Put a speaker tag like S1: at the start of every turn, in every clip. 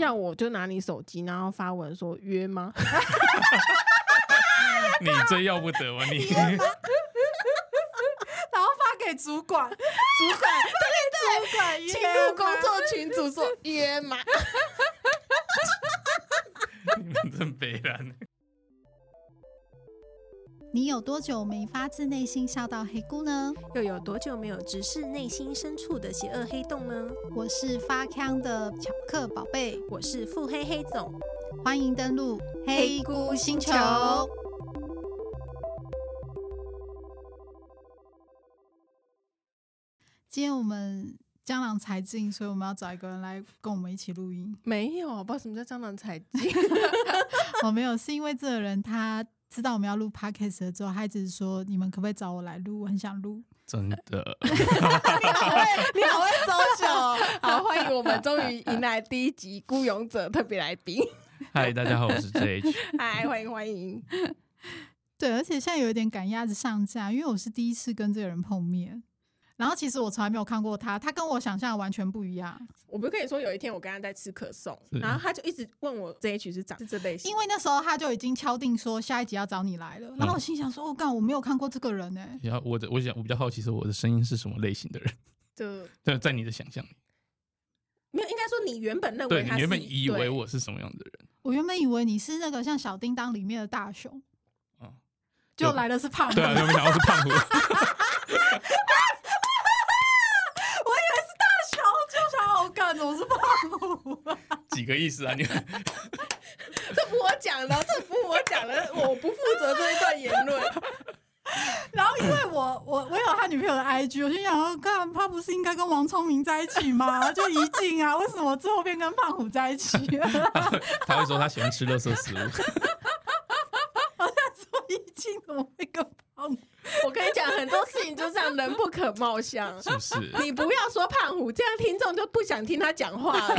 S1: 要我就拿你手机，然后发文说约吗？
S2: 你最要不 得吧你？
S3: 然后发给主管，
S1: 主管
S3: 主管
S1: 进入工 作群组说约吗？。
S2: 你们真欸悲然。
S4: 你有多久没发自内心笑到黑姑呢？
S5: 又有多久没有直视内心深处的邪恶黑洞呢？
S4: 我是发康的巧克宝贝，
S5: 我是腹黑黑总，
S4: 欢迎登录
S5: 黑菇星球
S4: 今天我们江郎才尽，所以我们要找一个人来跟我们一起录音
S1: 没有，不知道什么叫蟑螂采集。
S4: 我、哦没有，是因为这个人他知道我们要录 podcast 了之后，他一直说你们可不可以找我来录，我很想录。
S2: 真的，
S1: 你好会搜酒， 好欢迎我们终于迎来第一集孤勇者特别来宾，
S2: 嗨，大家好，我 是 JH。
S1: 嗨，欢迎欢迎。
S4: 对，而且现在有一点赶鸭子上架，因为我是第一次跟这个人碰面，然后其实我从来没有看过他，他跟我想象的完全不一样。
S1: 我不是跟你说有一天我跟他在吃可颂，
S2: 是
S1: 然后他就一直问我这一曲是长是这类型，
S4: 因为那时候他就已经敲定说下一集要找你来了，
S2: 嗯
S4: 然后我心想说：“我、哦干，我没有看过这个人哎、
S2: 然后我的，我想我比较好奇是我的声音是什么类型的人，
S1: 就
S2: 在在你的想象里，
S1: 没有应该说你原本认为
S2: 对你
S1: 他是
S2: 原本以为
S1: 对
S2: 我是什么样的人，
S4: 我原本以为你是那个像小叮当里面的大雄，
S2: 嗯
S4: 就
S2: 就
S4: 来的是胖虎。
S2: 对啊，就没想到是胖虎，
S3: 然后就想
S4: 哦
S3: 要我干，总是胖虎。
S2: 几个意思 啊？你
S1: 这不我讲的，这不我讲的，我不负责这一段言论。
S4: 然后因为我 我我有他女朋友的 IG，我就想说，干他不是应该跟王聪明在一起吗？ 就一静啊，为什么最后变跟胖虎在一起 了？
S2: 他会说他喜欢吃垃圾食物，
S4: 说一静怎么会跟胖虎？
S1: 我跟你讲，很多事情就这样，人不可貌相。
S2: 是不是？
S1: 你不要说胖虎，这样听众就不想听他讲话了。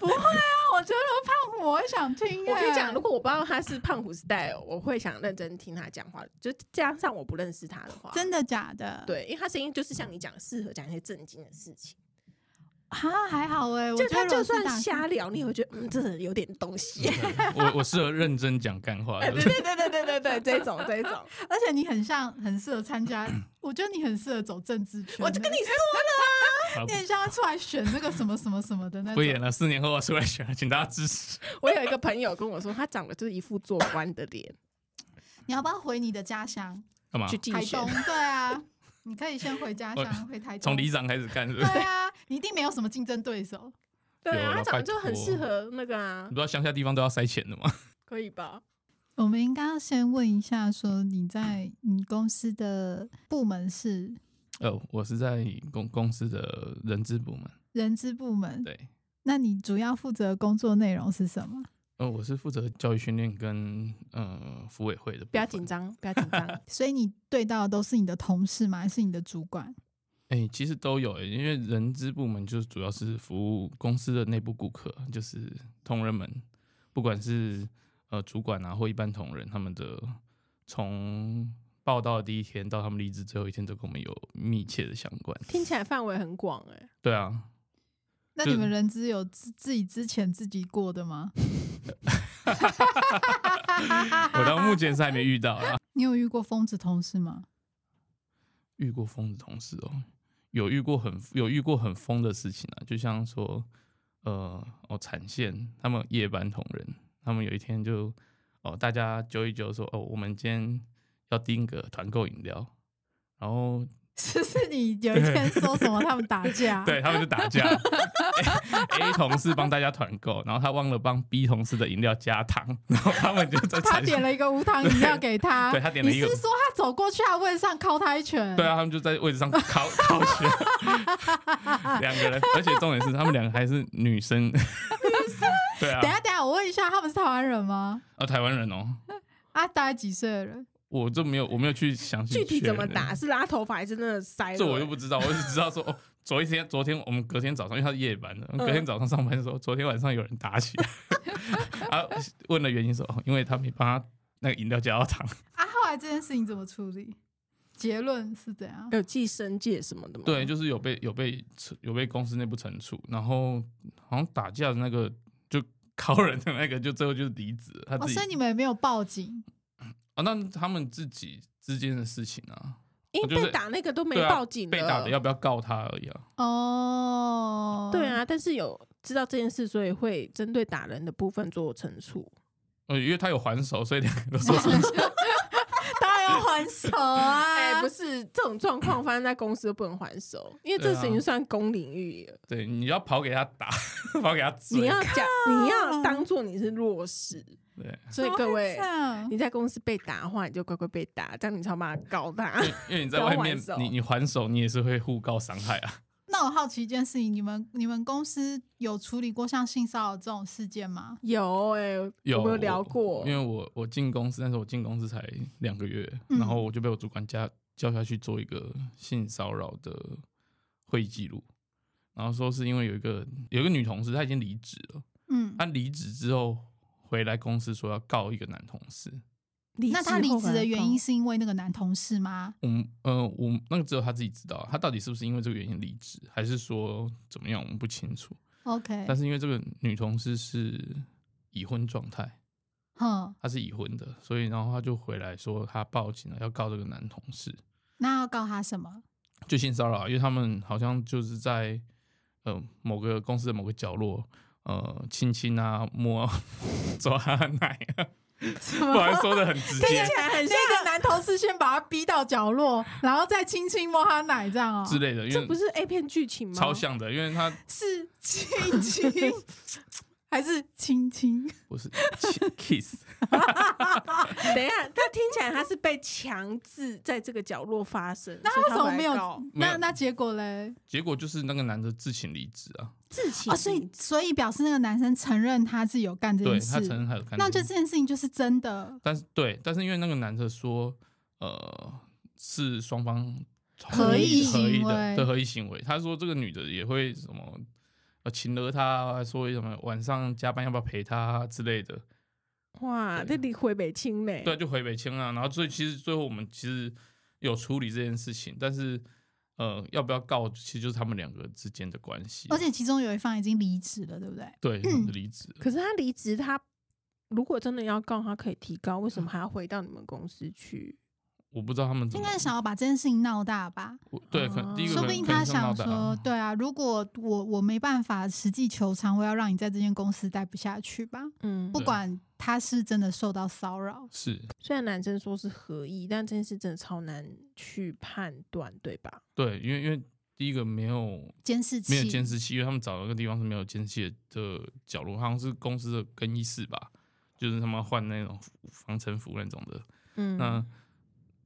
S4: 不会啊，我觉得胖虎我会想听、欸。
S1: 我跟你讲，如果我不知道他是胖虎 style，我会想认真听他讲话。就加上我不认识他的话，
S4: 真的假的？。
S1: 啊对，因为他声音就是像你讲，适合讲一些正经的事情。
S4: 啊，还好哎、我
S1: 就
S4: 觉
S1: 他
S4: 得
S1: 就
S4: 如果是
S1: 算
S4: 打
S1: 瞎聊，你也会觉得嗯，这人有点东西。
S2: 我我适合认真讲干话
S1: 哎对
S2: 的，
S1: 对对对对对对，这种这种，
S4: 而且你很像，很适合参加。 我觉得你很适合走政治圈，
S1: 我就跟你，说，
S2: 好
S4: 你很像会出来选那个什么什么什么的那
S2: 不
S4: 种。
S2: 演了，四年后我出来选了，请大家支持。
S1: 我有一个朋友跟我说，他长得就是一副做官的脸，
S4: 你要不要回你的家乡
S2: 干嘛
S1: 去？竞
S4: 台
S1: 选
S4: 东？。对啊，你可以先回家 乡，回台东。
S2: 从里长开始干是不
S4: 对
S2: 是？
S4: 啊，你一定没有什么竞争对手。
S1: 对
S2: 有
S1: 啊，
S2: 了
S1: 他长得就
S2: 拜
S1: 很
S2: 托
S1: 适合那个啊
S2: 你不，知道乡下地方都要塞钱的吗？
S1: 可以吧？
S4: 我们应该要先问一下，说你在你公司的部门是
S2: 呃，我是在公公司的人资部门，
S4: 人资部门，
S2: 对，
S4: 那你主要负责工作内容是什么？。
S2: 呃，我是负责教育训练跟呃服委会的。
S1: 不要紧。张，不要紧张
S4: 所以你对到的都是你的同事吗？还是你的主管？
S2: 哎、其实都有、因为人资部门就是主要是服务公司的内部顾客，就是同仁们，不管是呃主管啊或一般同仁，他们的从报道的第一天到他们离职最后一天，都跟我们有密切的相关。
S1: 听起来范围很广哎、
S2: 对啊，
S4: 那
S2: 就
S4: 你们人资有自自己之前自己过的吗？
S2: 我到目前是还没遇到啦。
S4: 你有遇过疯子同事吗？
S2: 遇过疯的同事哦，有遇过很有遇过很疯的事情啊，就像说，呃，哦，产线他们夜班同仁，他们有一天就哦，大家揪一揪说，哦，我们今天要订个团购饮料，然后
S4: 是是你有一天说什么他们打架？
S2: 对他们就打架，A 同事帮大家团购，然后他忘了帮 B 同事的饮料加糖，然后他们就在
S4: 他
S2: 产
S4: 点
S2: 线。
S4: 了一个无糖饮料给他，
S2: 对对他点了一个
S4: 你是说他走过去他位上敲他一
S1: 嗯
S4: 拳？
S2: 对啊，他们就在位置上 靠靠起 来两个人，而且重点是他们两个还是女生，女生， 对啊，
S4: 等一下等一下，我问一下，他们是台湾人吗？
S2: 啊，台湾人哦，
S4: 啊，大概几岁的人？
S2: 我这没有，我没有去详细
S1: 具体
S2: 确
S1: 怎么
S2: 认
S1: 打？，是拉头发还是真的塞了？
S2: 这我就不知道，我只知道说哦，昨天昨天我们隔天早上，因为他是夜班的，
S1: 嗯
S2: 隔天早上上班的时候，昨天晚上有人 打起来，啊，问了原因说哦，因为他没帮他那个饮料加到糖，
S4: 啊，后来这件事情怎么处理？结论是怎样？
S1: 有寄生界什么的吗？
S2: 对，就是有被有被有被公司内部惩处，然后好像打架的那个就 考人的那个就最后就离职了，他
S4: 哦，
S2: 自己
S4: 所以你们也没有报警，
S2: 啊，那他们自己之间的事情啊，
S1: 因为
S2: 就是
S1: 被打那个都没
S2: 对啊
S1: 报警、
S2: 被打的要不要告他而已啊。
S4: 哦，
S1: 对，啊，但是有知道这件事，所以会针对打人的部分做陈述。
S4: 啊
S2: 呃，因为他有还手，所以两个都说
S3: 当然要还手
S1: 哎、
S3: 啊！
S1: 不是这种状况发生在公司都不能还手，因为这
S2: 对啊
S1: 已经算公领域了。
S2: 对，你要跑给他打， 跑给他追。
S1: 你要讲，你要当做你是弱势，
S2: 对，
S1: 所以各位
S4: 怎么会这样
S1: 你在公司被打的话，你就乖乖被打，这样你才有办法告他。
S2: 因为你在外
S1: 不要
S2: 面
S1: 还手，
S2: 你你还手，你也是会互告伤害啊。
S4: 那我好奇一件事情，你们你们公司有处理过像性骚扰这种事件吗？
S1: 有哎、欸，
S2: 有
S1: 我们有聊过
S2: 因，为我我进公司，但是我进公司才两个月，
S4: 嗯
S2: 然后我就被我主管叫叫下去做一个性骚扰的会议记录，然后说是因为有一个有一个女同事，她已经离职了，
S4: 嗯，
S1: 啊
S2: 她离职之后回来公司说要告一个男同事，
S1: 离
S4: 那
S1: 职
S4: 他离
S1: 后
S4: 职
S1: 回来
S4: 的原因
S1: 告
S4: 是因为那个男同事吗？
S2: 我们呃，我们那个只有他自己知道，啊他到底是不是因为这个原因离职，还是说怎么样，我们不清楚。
S4: OK，
S2: 但是因为这个女同事是已婚状态，
S4: 哼，
S2: 她是已婚的，所以然后她就回来说她报警了，要告这个男同事，
S4: 那要告他什么？
S2: 就性骚扰，因为他们好像就是在呃某个公司的某个角落。呃，亲亲啊，摸啊 抓他的奶 啊，不然说的很直接
S3: 听起来很像
S4: 那个男同事先把他逼到角落，然后再轻轻摸他奶，这样哦，
S2: 之类的，因
S1: 这不
S2: 为
S1: 是 A 片剧情吗？
S2: 超像的，因为他
S4: 是亲亲还是亲亲？
S2: 不 是 kiss，
S1: 等一下，他听起来他是被强制在这个角落发生，
S4: 那
S1: 所以
S4: 他为什么
S1: 回来
S4: 没有
S1: 告？
S2: 没有
S4: 那那结果嘞？
S2: 结果就是那个男的自请离职啊，
S1: 自己
S4: 啊，所以所以表示那个男生承认他自己有干这
S2: 对
S4: 件
S2: 他承
S4: 事，
S2: 认他有看到，
S4: 那就这件事情就是真的
S2: 但是对，但是因为那个男的说，呃，是双方同
S4: 合
S2: 意
S4: 意
S2: 合
S4: 行
S2: 意的
S4: 为
S2: 对合意行为，他说这个女的也会什么呃请了他，说什么晚上加班要不要陪他之类的，
S1: 哇，这
S2: 对
S1: 离回北清嘞，
S2: 对，就回北京啊，然后所以其实最后我们其实有处理这件事情，但是呃，要不要告，其实就是他们两个之间的关系，啊
S4: 而且其中有一方已经离职了，对不对？
S2: 对他们离职了，
S1: 可是他离职，他如果真的要告，他可以提高，为什么还要回到你们公司去？
S2: 我不知道他们怎
S4: 应
S2: 么
S4: 该想要把这件事情闹大吧？
S2: 我对，可
S1: 哦
S2: 能第一个
S4: 说
S2: 可
S4: 不
S2: 能
S4: 定
S2: 可能
S4: 他
S2: 是闹
S4: 想
S2: 大嗯
S4: 说，对啊，如果我我没办法实际求偿，我要让你在这间公司待不下去吧，
S1: 嗯
S4: 不，管他是真的受到骚扰。
S2: 是
S1: 虽然男生说是合意，但这件事真的超难去判断，对吧？
S2: 对，因为因为第一个没有
S4: 监视器
S2: 没有监视器，因为他们找了个地方是没有监视器的角落，好像是公司的更衣室吧，就是他们换那种防尘服那种的。
S1: 嗯，
S2: 那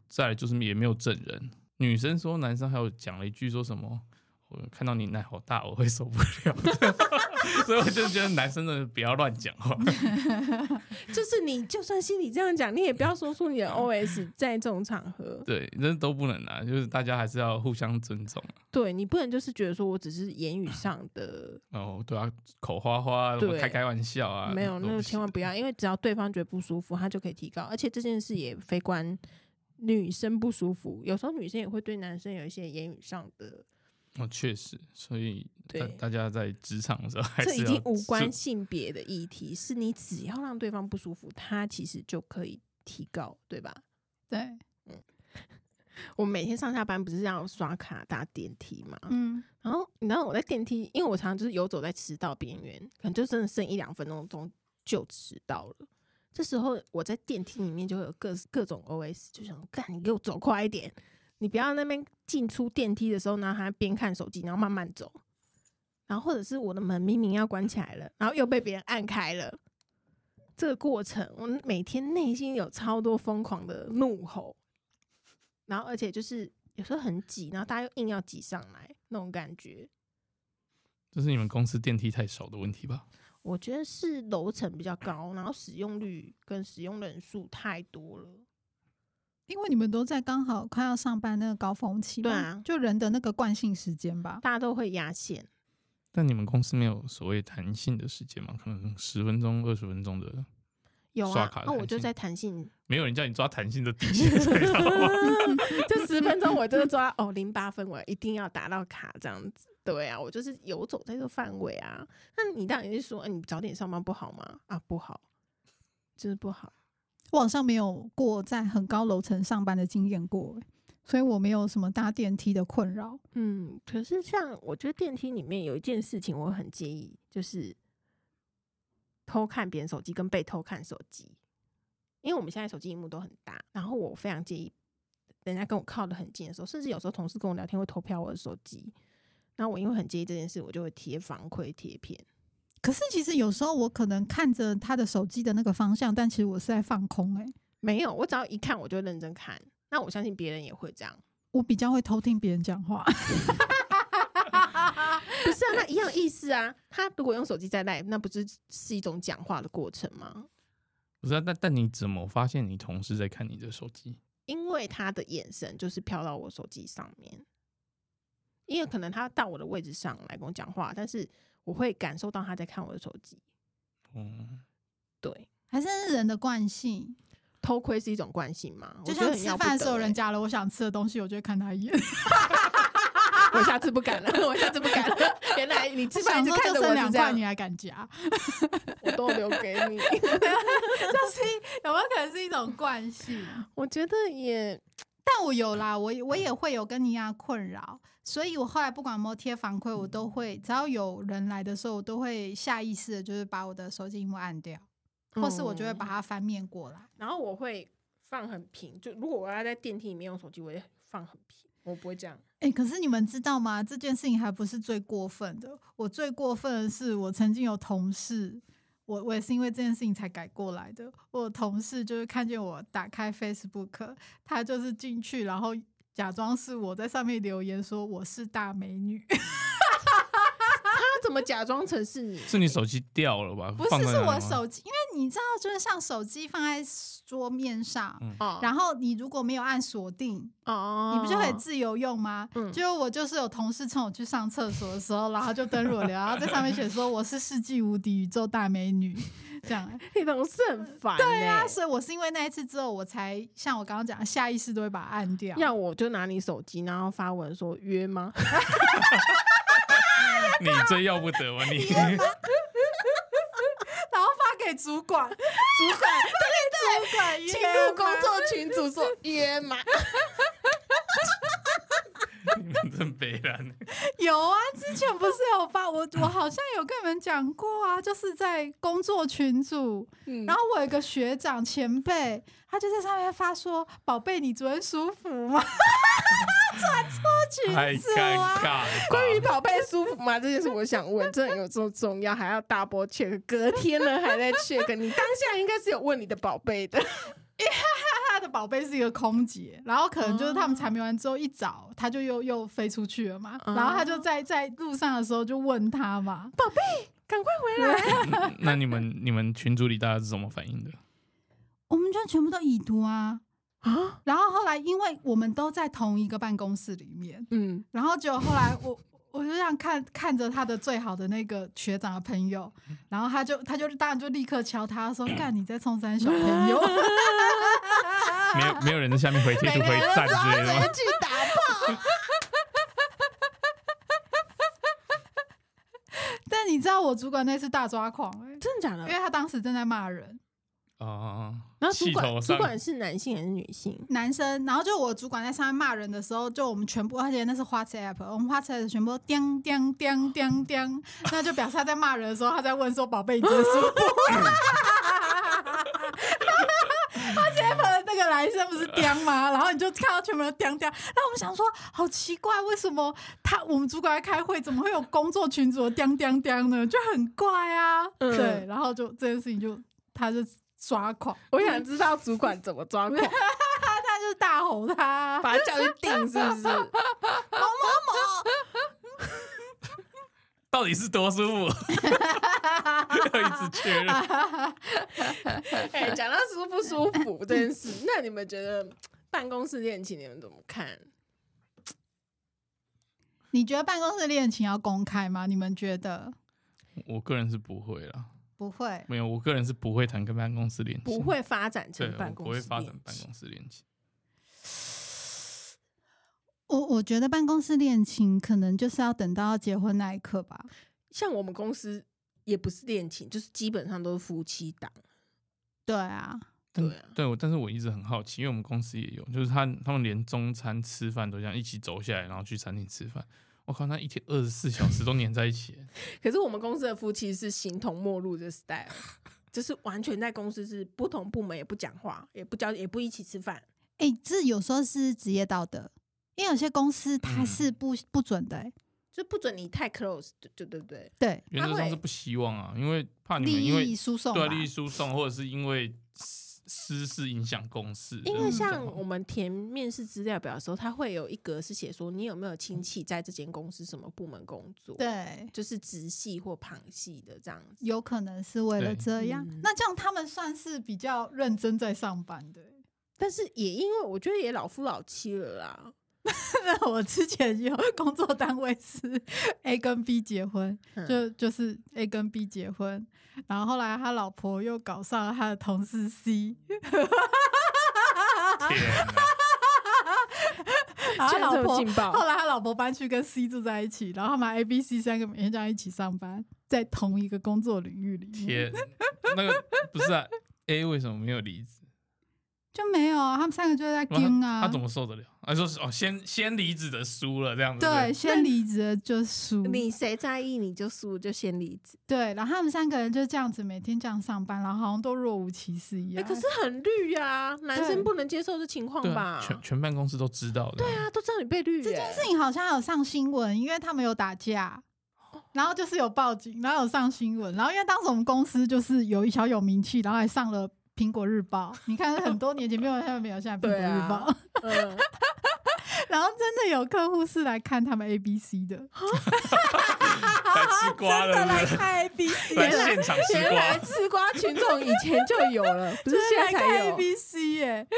S2: 再来就是也没有证人，女生说男生还有讲了一句说什么。我看到你奶好大，我会受不了， 所以我就觉得男生真的不要乱讲话。
S1: 就是你就算心里这样讲，你也不要说出你的 OS 在这种场合，
S2: 对，那都不能啊，就是大家还是要互相尊重。
S1: 对你不能就是觉得说我只是言语上的。
S2: 哦，对啊，口花花，什么
S1: 对
S2: 开开玩笑啊，
S1: 没有，
S2: 都
S1: 那
S2: 不
S1: 个
S2: 行
S1: 千万不要，因为只要对方觉得不舒服，他就可以提高，而且这件事也非关女生不舒服，有时候女生也会对男生有一些言语上的，
S2: 哦，确实，所以大
S1: 对
S2: 大家在职场的时候还
S1: 这
S2: 是
S1: 已经
S2: 要
S1: 无关
S2: 注
S1: 性别的议题，是你只要让对方不舒服，他其实就可以提高，对吧？
S4: 对，
S1: 我每天上下班不是要刷卡搭电梯吗？
S4: 嗯，
S1: 然后你知道我在电梯，因为我常常就是游走在迟到边缘，可能就真的剩一两分钟钟就迟到了。这时候我在电梯里面就会有各各种 OS，就想干你给我走快一点，你不要那边进出电梯的时候，然后还边看手机，然后慢慢走。然后或者是我的门明明要关起来了，然后又被别人按开了。这个过程，我每天内心有超多疯狂的怒吼，然后而且就是有时候很挤，然后大家又硬要挤上来那种感觉。
S2: 这是你们公司电梯太少的问题吧？
S1: 我觉得是楼层比较高，然后使用率跟使用人数太多了。
S4: 因为你们都在刚好快要上班那个高峰期吧，
S1: 对啊
S4: 就人的那个惯性时间吧。
S1: 大家都会压线。
S2: 但你们公司没有所谓弹性的时间吗？可能十分钟、二十分钟的，
S1: 有
S2: 刷
S1: 啊
S2: 卡，的
S1: 那、
S2: 弹
S1: 我就
S2: 性
S1: 在弹性，
S2: 没有人叫你抓弹性的 底线，你知道吗？啊
S1: 就十分钟我就抓哦零八分，我一定要达到卡这样子。对啊，我就是游走在这个范围啊。那你当然是说，哎、你早点上班不好吗？啊，不好，就是不好。
S4: 我好像没有过在很高楼层上班的经验过、欸所以我没有什么搭电梯的困扰。
S1: 嗯，可是像我觉得电梯里面有一件事情我很介意，就是偷看别人手机跟被偷看手机，因为我们现在手机荧幕都很大，然后我非常介意人家跟我靠得很近的时候，甚至有时候同事跟我聊天会偷瞟我的手机，然后我因为很介意这件事，我就会贴防窥贴片。
S4: 可是其实有时候我可能看着他的手机的那个方向，但其实我是在放空、欸。哎，
S1: 没有，我只要一看我就认真看，那我相信别人也会这样。
S4: 我比较会偷听别人讲话。
S1: 不是啊，那一样意思啊。他如果用手机在赖，那不是是一种讲话的过程吗？
S2: 不是、啊，但但你怎么发现你同事在看你的手机？
S1: 因为他的眼神就是飘到我手机上面，因为可能他到我的位置上来跟我讲话，但是我会感受到他在看我的手机。
S2: 嗯，
S1: 对，
S4: 还是人的惯性，
S1: 偷窥是一种惯性嘛？
S4: 就
S1: 我觉得
S4: 像
S1: 很
S4: 吃
S1: 要不
S4: 饭的
S1: 得
S4: 时候，
S1: 欸
S4: 人，夹了我想吃的东 西，我就会看他一眼。
S1: 我下次不敢了，我下次不敢了。原来你吃饭
S4: 想
S1: 一直
S4: 说
S1: 看着
S4: 就
S1: 我是
S4: 剩两
S1: 这
S4: 块，
S1: 样
S4: 你，还敢夹？
S1: 我都留给你。
S4: 就是有没有可能是一种惯性？
S1: 我觉得也
S4: 但我有啦，我我也会有跟你一样的困扰，所以我后来不管有没有贴反馈，我都会只要有人来的时候，我都会下意识的就是把我的手机荧幕按掉，或是我就会把
S1: 哦
S4: 它翻面过来。
S1: 嗯然后我会放很平，就如果我要在电梯里面用手机，我也放很平，我不会 这样。
S4: 哎、可是你们知道吗？这件事情还不是最过分的。我最过分的是，我曾经有同事，我我也是因为这件事情才改过来的。我有同事就是看见我打开 Facebook，他就是进去，然后假装是我在上面留言说我是大美女，
S1: 他怎么假装成是你？
S2: 是你手机掉了吧？
S4: 不是
S2: 放在
S4: 是
S2: 哪里
S4: 我
S2: 吗
S4: 手机，因为你知道，就是像手机放在桌面上，
S2: 嗯
S1: 哦
S4: 然后你如果没有按锁定，
S1: 哦
S4: 你不就可以自由用吗？
S1: 嗯
S4: 就我就是有同事趁我去上厕所的时候，然后就登入 了，然后在上面写说我是世纪无敌宇宙大美女，这 样。
S1: 你同事很烦、嗯欸对啊
S4: 那所以我是因为那一次之后，我才像我刚刚讲，下意识都会把它按掉。
S1: 要我就拿你手机，然后发文说约吗？
S2: 你最要不得吧你？
S4: 然后发给主管，
S1: 主管
S4: 主管
S1: 进
S4: 约
S1: 入
S4: 吗
S1: 工作群组 说约吗？
S2: 你们真悲然。
S4: 有啊，之前不是有发我，我好像有跟你们讲过啊， 就是在工作群组，
S1: 嗯
S4: 然后我有一个学长前辈，他就在上面发说：“宝贝，你昨天舒服吗？” 传
S2: 太
S4: 错群
S2: 尴
S4: 组啊，
S2: 尬了吧。
S1: 关于宝贝舒服吗？这件事我想问，真的有这么重要，还要 double check？隔天呢还在 check？你当下应该是有问你的宝贝的，
S4: 他的宝贝是一个空姐，然后可能就是他们缠绵完之后一早，他就又又飞出去了嘛，
S1: 哦
S4: 然后他就在在路上的时候就问他嘛，
S1: 赶快回来。
S2: 那你们你们群组里大家是怎么反应的？
S4: 我们就全部都已读啊。
S1: 啊
S4: 然后后来，因为我们都在同一个办公室里面，
S1: 嗯，
S4: 然后就后来我。我就这样看看着他的最好的那个学长的朋友，然后他就他就当然就立刻敲他说：“干你在冲 山小朋友
S2: 没有没有人在下面回贴图回赞之类的吗？
S1: 去打炮。！”
S4: 但你知道我主管那次大抓狂、欸，
S1: 真的假的
S4: 因为他当时正在骂人，
S2: 哦，
S1: 然后主
S2: 气头
S1: 管主
S2: 上
S1: 管是男性还是女性？
S4: 男生，然后就我主管在上面骂人的时候，就我们全部，而且那是花痴 app，我们花痴 app 全部都叮叮叮叮叮，那就表示他在骂人的时候，他在问说：“宝贝，你真的舒服吗？”花痴 app 的那个来生不是叮吗？然后你就看到全部人都叮叮，那我们想说，好奇怪，为什么他我们主管在开会，怎么会有工作群组的叮叮叮呢？就很怪啊，
S1: 嗯
S4: 对，然后就这件事情就他就抓狂，
S1: 我想知道主管怎么抓 狂，
S4: 他就大吼他啊、
S1: 把他叫去定是不是？
S2: 到底是多舒服？ 要一直确认。
S1: 哎、讲到舒不舒服这件事，那你们觉得办公室恋情你们怎么看？
S4: 你觉得办公室恋情要公开吗？你们觉得
S2: 我个人是不会啦，
S4: 不会？
S2: 没有，我个人是不会谈跟办公室恋情，
S1: 不会发展
S2: 对，
S1: 成
S2: 我
S1: 办
S2: 不
S1: 公
S2: 会
S1: 室
S2: 发
S1: 恋
S2: 展办
S1: 情？
S2: 公室恋情。
S4: 我我觉得办公室恋情可能就是要等到要结婚那一刻吧。
S1: 像我们公司也不是恋情，就是基本上都是夫妻档。
S4: 对啊，
S2: 但
S1: 对啊
S2: 对我，但是我一直很好奇，因为我们公司也有，就是他他们连中餐吃饭都这样一起走下来，然后去餐厅吃饭。我靠，那一天二十四小时都黏在一起 耶，
S1: 可是我们公司的夫妻是形同陌路的 style，就是 完全在公司是不同部门也不讲话，也不交，也不一起吃饭。
S4: 哎、这有时候是职业道德，因为有些公司它
S2: 嗯
S4: 是不、不准的、欸。
S1: 就不准你太 close，对对对对，
S4: 对，
S2: 原则上是
S1: 会
S2: 不希望啊，因为怕你们因
S4: 利益
S2: 为
S4: 输送
S2: 对啊
S4: 吧
S2: 利益输送，或者是因为私私事影响公事。
S1: 因
S2: 就
S1: 为
S2: 是这
S1: 像
S2: 种
S1: 我们填面试资料表的时候，它会有一格是写说你有没有亲戚在这间公司什么部门工作，，
S4: 对，
S1: 就是直系或旁系的这样子。
S4: 有可能是为了
S2: 对
S4: 这样。
S1: 嗯
S4: 那这样他们算是比较认真在上班的欸、
S1: 但是也因为我觉得也老夫老妻了啦，
S4: 那我之前有 工作单位是 A 跟 B 结婚，
S1: 嗯
S4: 就就是 A 跟 B 结婚，然后后来他老婆又搞上了他的同 事 C，
S2: 天哪
S4: 然后他
S1: 居然
S4: 老
S1: 这么
S4: 婆
S1: 劲 爆
S4: 后来他老婆搬去跟 C 住在一起，然后他们 A、B、C 三个每天这样一起上班，在同一个工作领域里
S2: 天，
S4: 面，
S2: 那个不是啊？A 为什么没有离职？
S4: 就没有啊，他们三个就在
S2: 哇
S4: 跟
S2: 他
S4: 啊，
S2: 他怎么受得了？他说是哦，先先离职的输了这样子。
S4: 对，
S2: 对啊
S4: 先离职了就输，
S1: 你谁在意你就输，就先离职。
S4: 对，然后他们三个人就这样子每天这样上班，然后好像都若无其事一
S1: 哎、
S4: 样。
S1: 可是很绿呀、男
S4: 对
S1: 生不能接受这情况
S2: 不对对
S1: 吧
S2: 啊，？全全办公室都知道的。对
S1: 对啊，都知道你被绿、欸，
S4: 这件事情好像有上新闻，因为他们有打架，
S1: 哦
S4: 然后就是有报警，然后有上新闻，然后因为当时我们公司就是有一小有名气，然后还上了《苹果日报》。你看很多年 前没有像没有现在《苹果
S1: 对
S4: 日
S1: 啊
S4: 报》
S1: 嗯，
S4: 然后真的有客户是来看他们 A B C 的，
S1: 哦
S2: 来吃瓜了，
S3: 来
S2: 是
S3: 看 A B C，
S2: 不是 来 现场吃
S1: 原来
S2: 瓜。
S1: 吃瓜群众以前就有了，不是
S4: 就是
S1: 现
S4: 来
S1: 在
S4: 看
S1: 才
S4: A
S1: 有。
S4: B C 耶、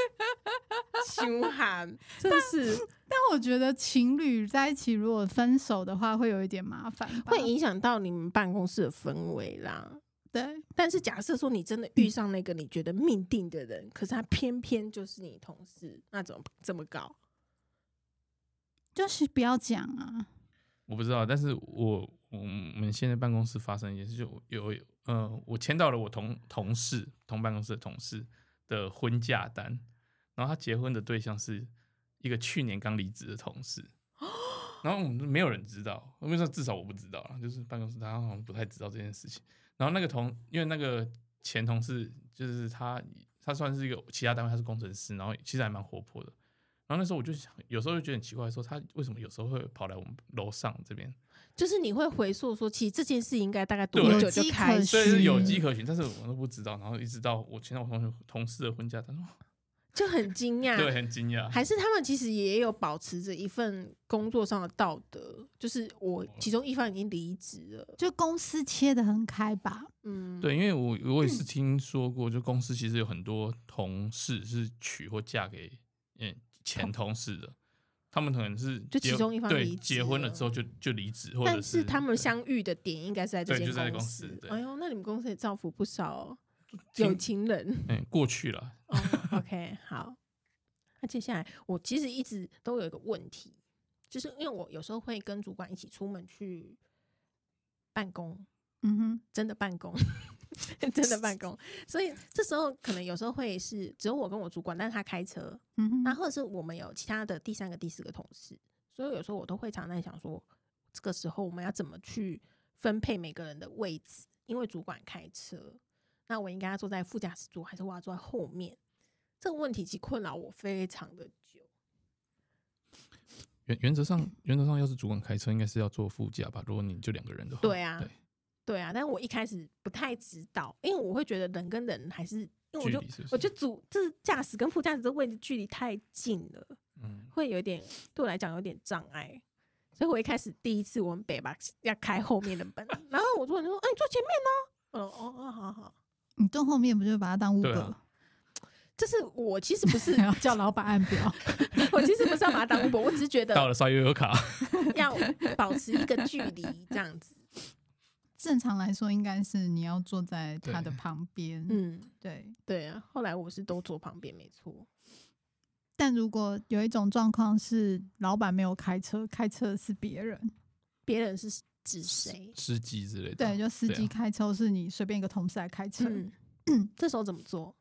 S1: 凶悍， 真是
S4: 但我觉得情侣在一起如果分手的话，会有一点麻烦吧，
S1: 会影响到你们办公室的氛围啦。
S4: 对。
S1: 但是假设说你真的遇上那个你觉得命定的人，可是他偏偏就是你同事，那怎么这么搞？
S4: 就是不要讲啊，
S2: 我不知道，但是我我们现在办公室发生一件事，就有呃，我签到了我同同事同办公室的同事的婚假单，然后他结婚的对象是一个去年刚离职的同事。然后我们没有人知道，我跟你说，至少我不知道啦，就是办公室大家好像不太知道这件事情。然后那个同，因为那个前同事就是他，他算是一个其他单位，他是工程师，然后其实还蛮活泼的。然后那时候我就想，有时候就觉得很奇怪，说他为什么有时候会跑来我们楼上这边？
S1: 就是你会回溯说，其实这件事应该大概多
S2: 对
S1: 久就开
S4: 有
S1: 始？
S4: 迹可
S2: 所以是有
S4: 是
S2: 迹可循，但是我都不知道。然后一直到我前到我同学同事的婚假，他说
S1: 就很惊讶。
S2: 对，啊很惊讶。
S1: 还是他们其实也有保持着一份工作上的道德，就是我其中一方已经离职了，
S4: 就公司切的很开吧。
S1: 嗯，
S2: 对，因为我我也是听说过，就公司其实有很多同事是娶或嫁给嗯前同事的，他们可能是
S1: 就
S2: 结
S1: 其中一方
S2: 对
S1: 离职
S2: 结婚了
S1: 了
S2: 之后就就离职，或者
S1: 但是他们
S2: 对
S1: 相遇的点应该是在这
S2: 对
S1: 间
S2: 就在
S1: 公
S2: 公
S1: 司。
S2: 司对
S1: 哎呦，那你们公司也造福不少、哦、
S2: 听
S1: 有情人。
S2: 嗯过去了，
S1: 哦 OK，好。那接下来，我其实一直都有一个问题，就是因为我有时候会跟主管一起出门去办公，
S4: 嗯哼，
S1: 真的办公， 真的办公。所以这时候可能有时候会是只有我跟我主管，但是他开车，
S4: 嗯哼，
S1: 那或者是我们有其他的第三个、第四个同事，所以有时候我都会常在想说，这个时候我们要怎么去分配每个人的位置？因为主管开车，那我应该要坐在副驾驶座，还是我要坐在后面？这个问题其实困扰我非常的久。
S2: 原原则上原则上要是主管开车，应该是要坐副驾吧？如果你就两个人的话，
S1: 对啊
S2: 对
S1: 对啊，但我一开始不太知道，因为我会觉得人跟人还是，因为我
S2: 距
S1: 就
S2: 离是不
S1: 我就是主这驾驶跟副驾驶的位置距离太近了。
S2: 嗯，
S1: 会有点对我来讲有点障碍，所以我一开始第一次我们北吧要开后面的门，然后我主管就说：“哎、你坐前面呢、哦哦哦，好好，
S4: 你坐后面不就把它当 u
S2: 对
S4: b
S2: 啊
S1: 这是我其实不是，
S4: 然后啊叫老板按表。
S1: 我其实不是要把它当 u b 我只是觉
S2: 到
S1: 得
S2: 了刷悠悠卡，
S1: 要保持一个距离这样子。
S4: 正常来说，应该是你要坐在他的
S2: 对
S4: 旁边。嗯，
S1: 嗯，
S4: 对。
S1: 对啊。后来我是都坐旁边，没错。
S4: 但如果有一种状况是老板没有开车，开车的是别人，
S1: 别人是指谁？
S2: 司机之类的，
S4: 对，就司
S2: 对啊
S4: 机开车，或是你随便一个同事来开车。
S1: 嗯，这时候怎么做？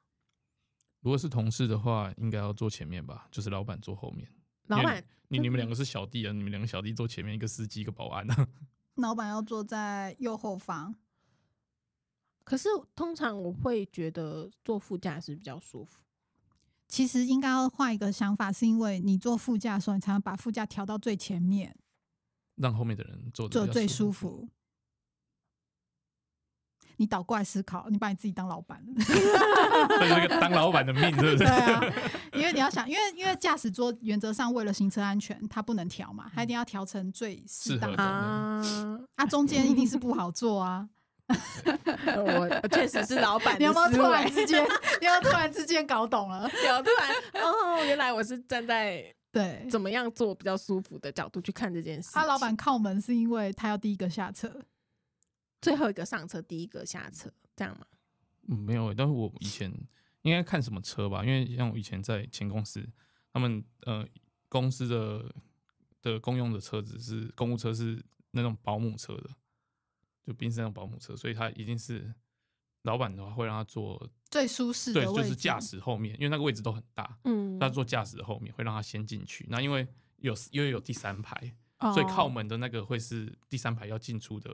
S2: 如果是同事的话，应该要坐前面吧，就是老板坐后面。
S1: 老
S2: 因为
S1: 板
S2: 你
S4: 嗯
S2: 你们两个是小弟啊，你们两个小弟坐前面，一个司机，一个保安啊。
S4: 老板要坐在右后方，
S1: 可是通常我会觉得坐副驾驶比较舒服。
S4: 其实应该要换一个想法，是因为你坐副驾的时候，你才能把副驾调到最前面，
S2: 让后面的人坐
S4: 坐
S2: 着
S4: 最 舒。服。你倒过来思考，你把你自己当老板了。
S2: 这就是一个当老板的命，是不是
S4: 对？啊，因为你要想，因为因为驾驶座原则上为了行车安全，它不能调嘛，它一定要调成最适当
S2: 嗯适合
S4: 的。
S2: 的
S1: 啊，
S4: 啊，中间一定是不好做啊！
S1: 啊我我确实是老板
S4: 你
S1: 的
S4: 有
S1: 思维。
S4: 没有突然之间，你有没有突然之间搞懂了？
S1: 有突然哦，原来我是站在
S4: 对，
S1: 怎么样做比较舒服的角度去看这件事情。
S4: 啊，老板靠门是因为他要第一个下车，
S1: 最后一个上车，第一个下车，这样吗？
S2: 嗯没有欸，但是我以前应该看什么车吧，因为像我以前在前公司，他们呃公司的的公用的车子是公务车，是那种保姆车的，就宾士那种保姆车，所以他一定是老板的话会让他坐，
S4: 最舒适
S2: 对，
S4: 的位
S2: 就
S4: 置。
S2: 是驾驶后面，因为那个位置都很大，
S1: 嗯
S2: 他坐驾驶的后面会让他先进去。那因为有因为有第三排，
S1: 哦
S2: 所以
S4: 哦
S2: 靠门的那个会是第三排要进出的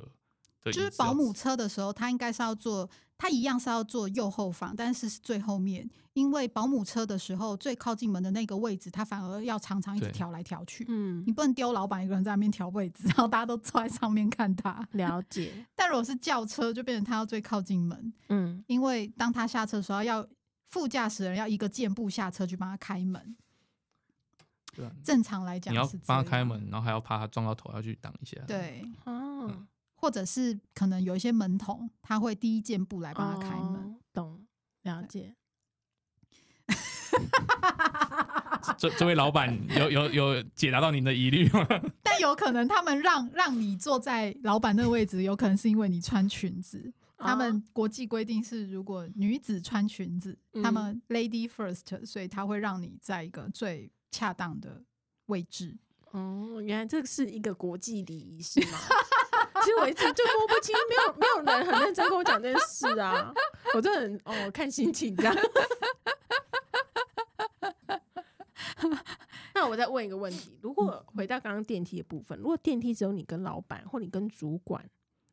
S2: 的椅子
S4: 就
S2: 要，
S4: 是保姆车的时候，他应该是要坐，他一样是要坐右后方，但是是最后面，因为保姆车的时候最靠近门的那个位置，他反而要常常一直
S2: 对
S4: 调来调去。
S1: 嗯
S4: 你，不能丢老板一个人在那边调位置，然后大家都坐在上面看他。
S1: 了解，
S4: 但如果是轿车，就变成他要最靠近门，
S1: 嗯，
S4: 因为当他下车的时候，要副驾驶人要一个箭步下车去帮他开门。
S2: 对啊
S4: 正常来讲
S2: 你要
S4: 是这
S2: 帮他开，
S4: 样
S2: 门，啊然后还要怕他撞到头，要去挡一下。，
S4: 对，
S1: 哦，
S4: 或者是可能有一些门童，他会第一箭步来帮他开门。
S1: 哦，懂，了解。
S2: 这这位老板有有有解答到您的疑虑 吗？
S4: 但有可能他们让让你坐在老板那个位置，有可能是因为你穿裙子。他们国际规定是，如果女子穿裙子，他
S1: 嗯
S4: 们 lady first，所以他会让你在一个最恰当的位置。
S1: 哦，原来这是一个国际礼仪是吗？ 其实我一直就摸不清，没有没有人很认真跟我讲这件事啊，我真的很哦看心情这样。 那我再问一个问题：如果回到刚刚电梯的部分，如果电梯只有你跟老板或你跟主管，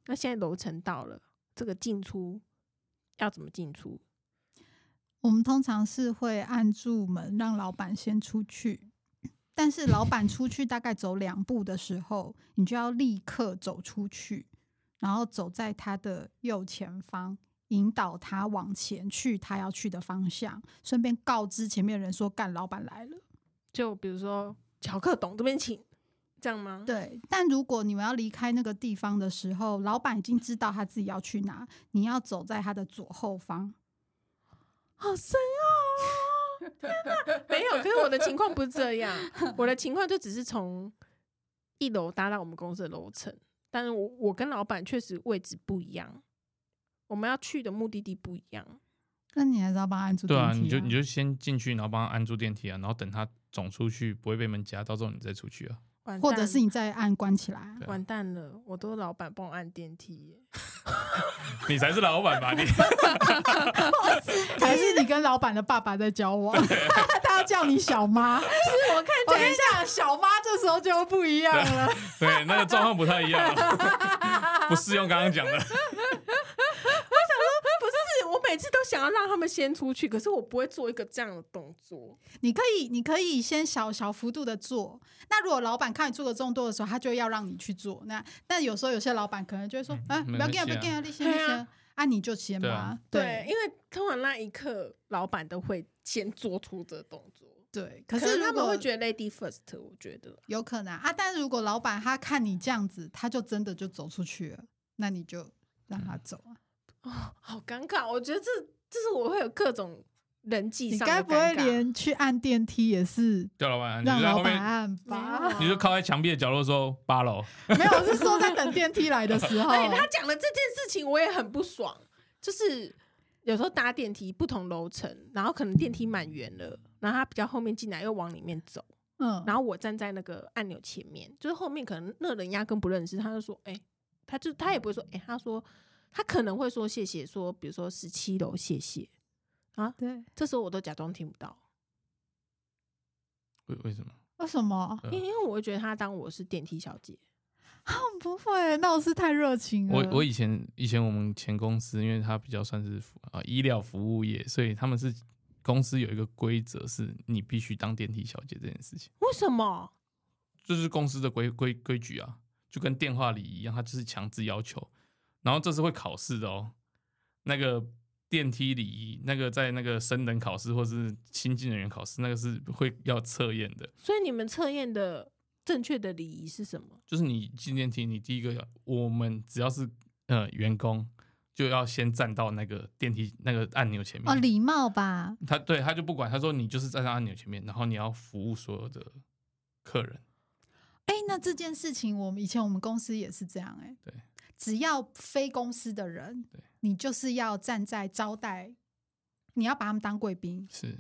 S1: 那现在楼层到了，这个进出要怎么进出？
S4: 我们通常是会按住门让老板先出去，但是老板出去大概走两步的时候，你就要立刻走出去，然后走在他的右前方，引导他往前去他要去的方向，顺便告知前面的人说：“干，老板来了。
S1: 就比如说乔克董这边请，这样吗”？
S4: 对，但如果你们要离开那个地方的时候，老板已经知道他自己要去哪，你要走在他的左后方。
S1: 好深奥、哦！天哪，没有。可是我的情况不是这样，我的情况就只是从一楼搭到我们公司的楼层，但是我我跟老板确实位置不一样，我们要去的目的地不一样。
S4: 那你还是要帮他按住
S2: 对
S4: 电
S2: 啊，
S4: 梯、
S2: 你就你就先进去，然后帮他按住电梯啊，然后等他总出去不会被门夹，到时候你再出去啊。
S1: 完
S4: 或
S1: 蛋
S4: 者是你再按关起来啊。
S2: 对啊
S1: 完蛋了，我都是老板帮我按电梯耶，
S2: 你才是老板吧？你
S4: 还是你跟老板的爸爸在交往， 他要叫你 小妈。哦是我看我跟你讲，小妈这时候就不一样了。
S2: 对那个状况不太一样啊，不适用刚刚讲的。
S1: 是我每次都想要让他们先出去，可是我不会做一个这样的动作。
S4: 你可以，你可以先小小幅度的做。那如果老板看你做的众多的时候，他就要让你去做。那那有时候有些老板可能就会说，啊，不
S2: 没
S4: 要
S2: 关系
S4: 给
S2: 啊
S4: 啊，不要给啊，你先，你
S1: 对
S4: 先
S1: 啊，
S4: 啊，你就先
S2: 对
S4: 吧
S2: 啊。
S1: 对，因为通常那一刻，老板都会先做出这动作。
S4: 对，可
S1: 可
S4: 是
S1: 是
S4: 如
S1: 他们
S4: 果
S1: 会觉得 lady first，我觉得
S4: 有可能啊，但是如果老板他看你这样子，他就真的就走出去了，那你就让
S2: 嗯
S4: 他走啊。
S1: 好尴尬，我觉得这这是我会有各种人际
S4: 你
S1: 上的
S4: 该
S1: 尴尬。
S4: 不会连去按电梯也是
S2: 叫老板，你
S4: 让
S2: 就在
S4: 老
S2: 后
S4: 板
S2: 面，
S4: 按
S1: 没有
S4: 吧？
S1: 啊
S2: 你就靠在墙壁的角落说八楼，
S4: 没有，我是 说在等电梯来的时候。啊
S1: 而且他讲的这件事情，我也很不爽。就是有时候搭电梯不同楼层，然后可能电梯满员了，然后他比较后面进来又往里面走，
S4: 嗯，
S1: 然后我站在那个按钮前面，就是后面可能那人压根不认识，他就说：“哎、他就他也不会说哎、他说他可能会说谢谢，说比如说十七楼谢谢。”
S4: 对，
S1: 这时候我都假装听不到，
S2: 为为 什么？呃
S4: 为什么？
S2: 嗯
S1: 因为因为我会觉得他当我是电梯小姐，
S4: 啊，不会，那我是太热情了。
S2: 我我以前以前我们前公司，因为它比较算是服啊、医疗服务业，所以他们是公司有一个规则，是你必须当电梯小姐这件事情，
S1: 为什么？
S2: 这是公司的规规规矩啊，就跟电话礼仪一样，它就是强制要求。然后这是会考试的哦，那个电梯礼仪，那个在那个升等考试或是新进人员考试，那个是会要测验的。
S1: 所以你们测验的正确的礼仪是什么？
S2: 就是你进电梯，你第一个要，我们只要是呃员工，就要先站到那个电梯那个按钮前面。
S4: 哦，礼貌吧，
S2: 他对他就不管，他说你就是站在按钮前面，然后你要服务所有的客人。
S4: 哎、那这件事情，我们以前我们公司也是这样、哎，
S2: 对，
S4: 只要非公司的人
S2: 对，
S4: 你就是要站在招待，你要把他们当贵宾，
S2: 是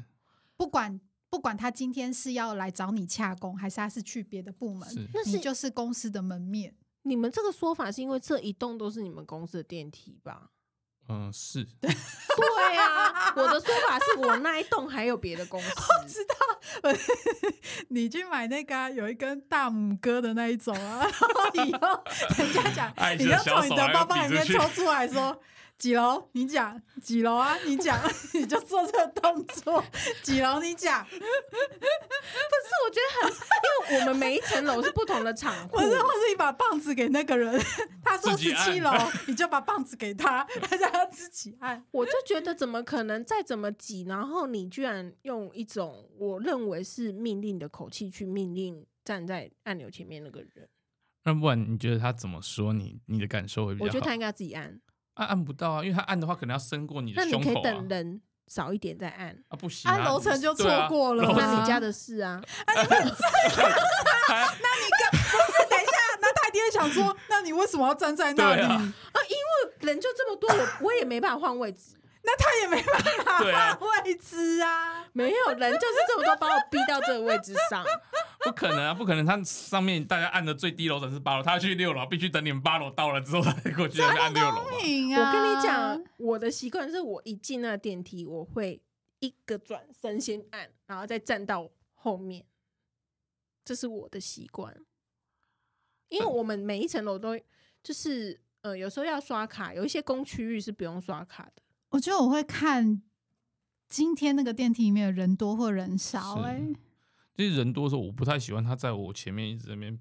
S4: 不管不管他今天是要来找你洽工，还是他是去别的部门，
S2: 是，
S1: 那
S4: 你
S1: 是
S4: 就是公司的门面。
S1: 你们这个说法是因为这一栋都是你们公司的电梯吧？
S2: 嗯、是，
S1: 对啊，我的说法是我那一栋还有别的公司，
S4: 你去买那个啊、有一根大拇哥的那一种啊，然后以后人家
S2: 哎爱
S4: 讲，
S2: 心
S4: 你
S2: 的
S4: 要从
S2: 小
S4: 你
S2: 手
S4: 的
S2: 还要
S4: 包包里面
S2: 比出去
S4: 抽出来说。几楼？你讲几楼啊？你讲， 你就做这个动作。几楼？你讲。
S1: 因为我们每一层楼是不同的场户
S4: 不。是，或是你把棒子给那个人，他说
S2: 哦自己
S4: 十
S2: 按
S4: 七楼， 你就把棒子给他，他叫他自己按。
S1: 我就觉得怎么可能再怎么挤，然后你居然用一种我认为是命令的口气去命令站在按钮前面那个人，
S2: 那不然你觉得他怎么说你？你的感嗯受会比较
S1: 我
S2: 好。
S1: 觉得他应该自己按。
S2: 按按不到啊，因为他按的话可能要伸过你的
S1: 那你
S2: 胸
S1: 可
S2: 口
S1: 以
S2: 啊，
S1: 等人少一点再 按，
S2: 啊不行啊，
S4: 按楼层就
S2: 对啊
S4: 错过了
S2: 楼层
S1: 那你家的事啊。
S2: 还
S4: 那等一下，那他一定会想说，那你为什么要站在那里？
S2: 对啊
S1: 人就这么多，我我也没办法换位置。
S4: 那他也没办法
S2: 对啊
S4: 换位置啊。
S1: 没有人就是这么多，把我逼到这个位置 上。
S2: 不可能啊，不可能！他上面大家按的最低楼层是八楼，他去六楼，必须等你们八楼到了之后，他才过去按六楼吧。
S1: 欸
S4: 明
S1: 我跟你讲，，我的习惯是我一进那电梯，我会一个转身先按，然后再站到后面，这是我的习惯。因为我们每一层楼都就是呃，有时候要刷卡，有一些公区域是不用刷卡的。
S4: 我觉得我会看今天那个电梯里面的人多或人少、
S2: 是
S4: 哎，
S2: 其实人多的时候，我不太喜欢他在我前面一直在那边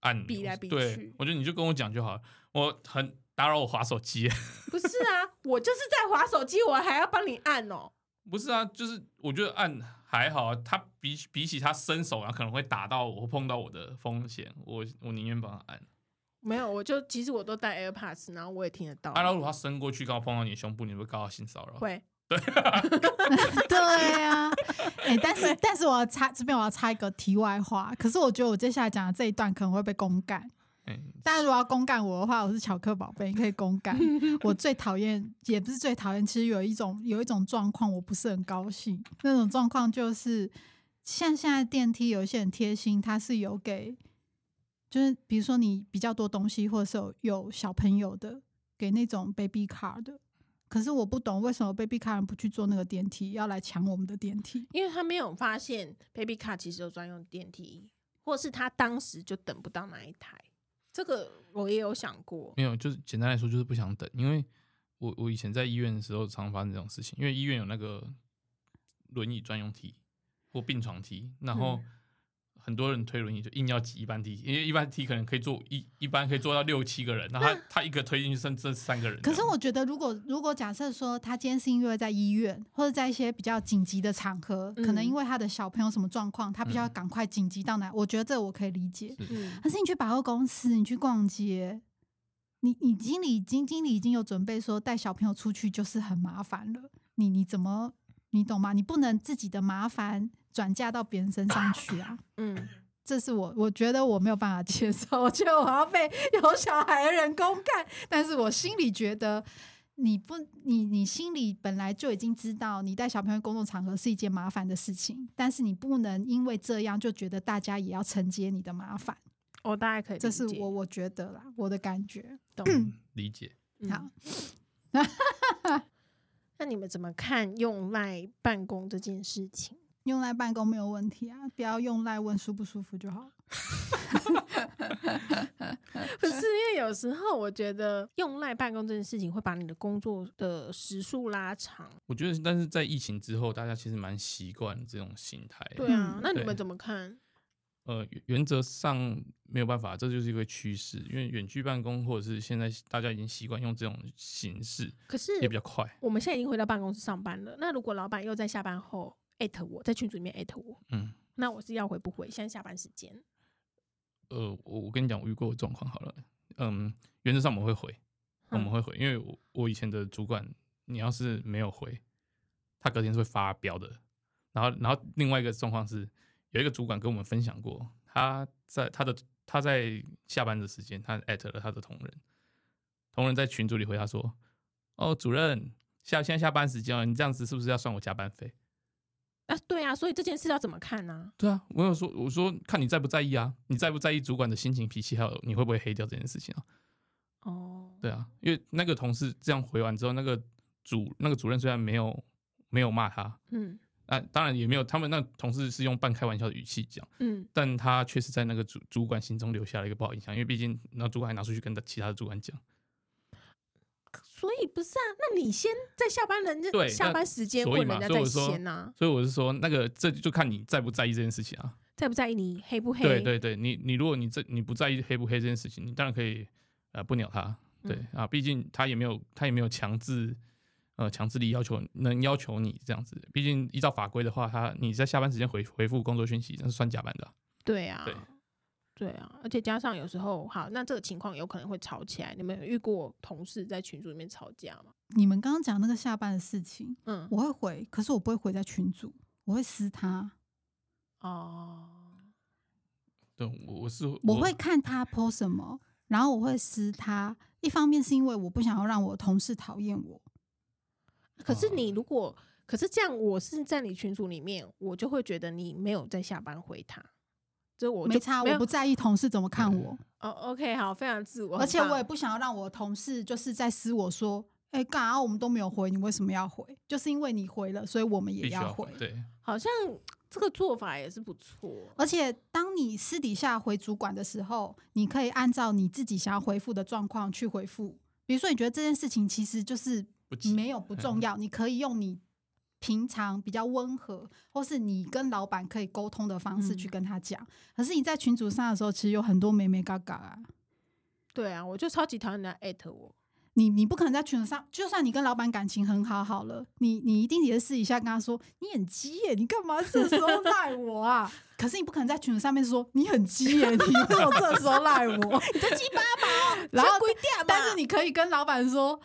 S2: 按钮
S1: 比来比去
S2: 对，我觉得你就跟我讲就好了，我很打扰我划手机。
S1: 不是啊， 我就是在划手机，我还要帮你按哦、
S2: 不是啊，就是我觉得按还好啊，他比比起他伸手然后可能会打到我或碰到我的风险，我我宁愿帮他按。
S1: 没有，我就其实我都带 AirPods，然后我也听得到。
S2: 啊，然后如果他伸过去刚好碰到你的胸部，你会不会告他性骚扰？
S1: 会，
S4: 对啊，哎、但是但是我要插这边我要插一个题外话，可是我觉得我接下来讲的这一段可能会被公干。
S2: 嗯，
S4: 但如果要公干我的话，我是巧克宝贝，你可以公干。我最讨厌，也不是最讨厌，其实有一种有一种状况，我不是很高兴。那种状况就是，像现在电梯有一些很贴心，它是有给，就是比如说你比较多东西，或者是有有小朋友的，给那种 baby car 的。可是我不懂为什么 baby car 人不去坐那个电梯，要来抢我们的电梯。
S1: 因为他没有发现 Baby Car 其实有专用电梯，或是他当时就等不到那一台。这个我也有想过，
S2: 没有，就是简单来说就是不想等，因为我我以前在医院的时候常发生这种事情，因为医院有那个轮椅专用梯或病床梯，然后
S4: 嗯
S2: 很多人推轮椅就硬要挤一般梯，因为一般梯可能可以坐一一般可以坐到六七个人，然后他他一个推进去剩剩三个人这
S4: 可
S2: 样。
S4: 是我觉得，如果如果假设说他今天是因为在医院或者在一些比较紧急的场合，可能
S1: 嗯
S4: 因为他的小朋友什么状况，他必须要
S2: 嗯
S4: 赶快紧急到哪，我觉得这我可以理解。
S2: 是
S1: 嗯，
S4: 可是你去百货公司，你去逛街，你你经理已经经理已经有准备说带小朋友出去就是很麻烦了，你你怎么你懂吗？你不能自己的麻烦转嫁到别人身上去啊。
S1: 嗯，
S4: 这是我，我觉得我没有办法 接受，我觉得我要被有小孩的人公干。但是我心里觉得，你不，你你心里本来就已经知道，你带小朋友公众场合是一件麻烦的事情，但是你不能因为这样就觉得大家也要承接你的麻烦，
S1: 哦，大家可以理解，
S4: 这是我我觉得啦，我的感觉。
S1: 懂。
S2: 理解。
S1: 嗯
S4: 好，
S1: 那你们怎么看用赖办公这件事 情？
S4: 用来办公没有问题啊，不要用来问舒不舒服就好。
S1: 不是因为有时候我觉得用赖办公这件事情会把你的工作的时数拉长。
S2: 我觉得，但是在疫情之后，大家其实蛮习惯这种心态。
S1: 对啊，
S4: 嗯
S1: 那你
S2: 对
S1: 们怎么看？
S2: 呃，原原则上没有办法，这就是一个趋势，因为远距办公或者是现在大家已经习惯用这种形式，
S1: 可是
S2: 也比较快。
S1: 我们现在已经回到办公室上班了，那如果老板又在下班后艾特我，在群组里面艾特我，
S2: 嗯，
S1: 那我是要回不回？现在下班时间，
S2: 呃，我我跟你讲，我遇过的状况好了。嗯，原则上我们会回，我们
S1: 嗯
S2: 会回，因为我我以前的主管，你要是没有回，他隔天是会发飙的。然后，然后另外一个状况是，有一个主管跟我们分享过，他在他的他在下班的时间，他艾特了他的同仁，同仁在群组里回他说：“哦，主任，下现在下班时间了，哦你这样子是不是要算我加班费
S1: 啊，对啊，所以这件事要怎么看呢、？”
S2: 对啊，我有说，我说看你在不在意啊，你在不在意主管的心情、脾气，还有你会不会黑掉这件事情啊？
S1: 哦，
S2: 对啊，因为那个同事这样回完之后，那个主那个主任虽然没有没有骂他，
S1: 嗯
S2: 啊，当然也没有，他们那同事是用半开玩笑的语气讲，
S1: 嗯，
S2: 但他确实在那个主主管心中留下了一个不好印象，因为毕竟那主管还拿出去跟其他的主管讲，
S1: 所以不是啊，那你先在下班人家
S2: 对
S1: 下
S2: 那
S1: 班时间
S2: 所以
S1: 问
S2: 嘛
S1: 人家
S2: 所以
S1: 在啊
S2: 我说
S1: 先呐、
S2: 所以我是说，那个这就看你在不在意这件事情啊。
S1: 在不在意你黑不黑？
S2: 对对对，你你如果你这你不在意黑不黑这件事情，你当然可以呃不鸟他，对、
S1: 嗯
S2: 啊，毕竟他也没有他也没有强制呃强制力要求能要求你这样子，毕竟依照法规的话，他你在下班时间回回复工作讯息，那是算加班的啊、
S1: 对啊，
S2: 对
S1: 对啊，而且加上有时候，好，那这个情况有可能会吵起来。你们有遇过同事在群组里面吵架吗？
S4: 你们刚刚讲那个下班的事情，
S1: 嗯，
S4: 我会回，可是我不会回在群组，我会私他，
S1: 哦，
S2: 对，我我是
S4: 我会看他 po 什么，然后我会私他。一方面是因为我不想要让我同事讨厌我，
S1: 可是
S2: 哦
S1: 你如果，可是这样，我是在你群组里面，我就会觉得你没有在下班回他，这我就
S4: 没差，
S1: 有
S4: 我不在意同事怎么看我，
S1: 哦，OK，好，非常自我，
S4: 而且
S1: 很棒
S4: 我也不想要让我同事就是在私我说，哎、干啥我们都没有回，你为什么要回？就是因为你回了，所以我们
S2: 必
S4: 也
S2: 须要
S4: 回。
S2: 对，
S1: 好像这个做法也是不错，
S4: 而且，当你私底下回主管的时候，你可以按照你自己想要回复的状况去回复。比如说，你觉得这件事情其实就是
S2: 不急
S4: 没有不重要，你可以用你平常比较温和，或是你跟老板可以沟通的方式
S1: 嗯
S4: 去跟他讲。可是你在群组上的时候，其实有很多美美嘎嘎啊，
S1: 对啊，我就超级讨厌人家艾特我，
S4: 你你不可能在群组上，就算你跟老板感情很好好了，你你一定也是私底下跟他说你很鸡耶，你干嘛这时 候赖我啊？可是你不可能在群组上面说你很鸡耶，你为什么这时候赖我？
S1: 你这鸡巴毛，
S4: 然后
S1: 鬼掉
S4: 但是你可以跟老板说，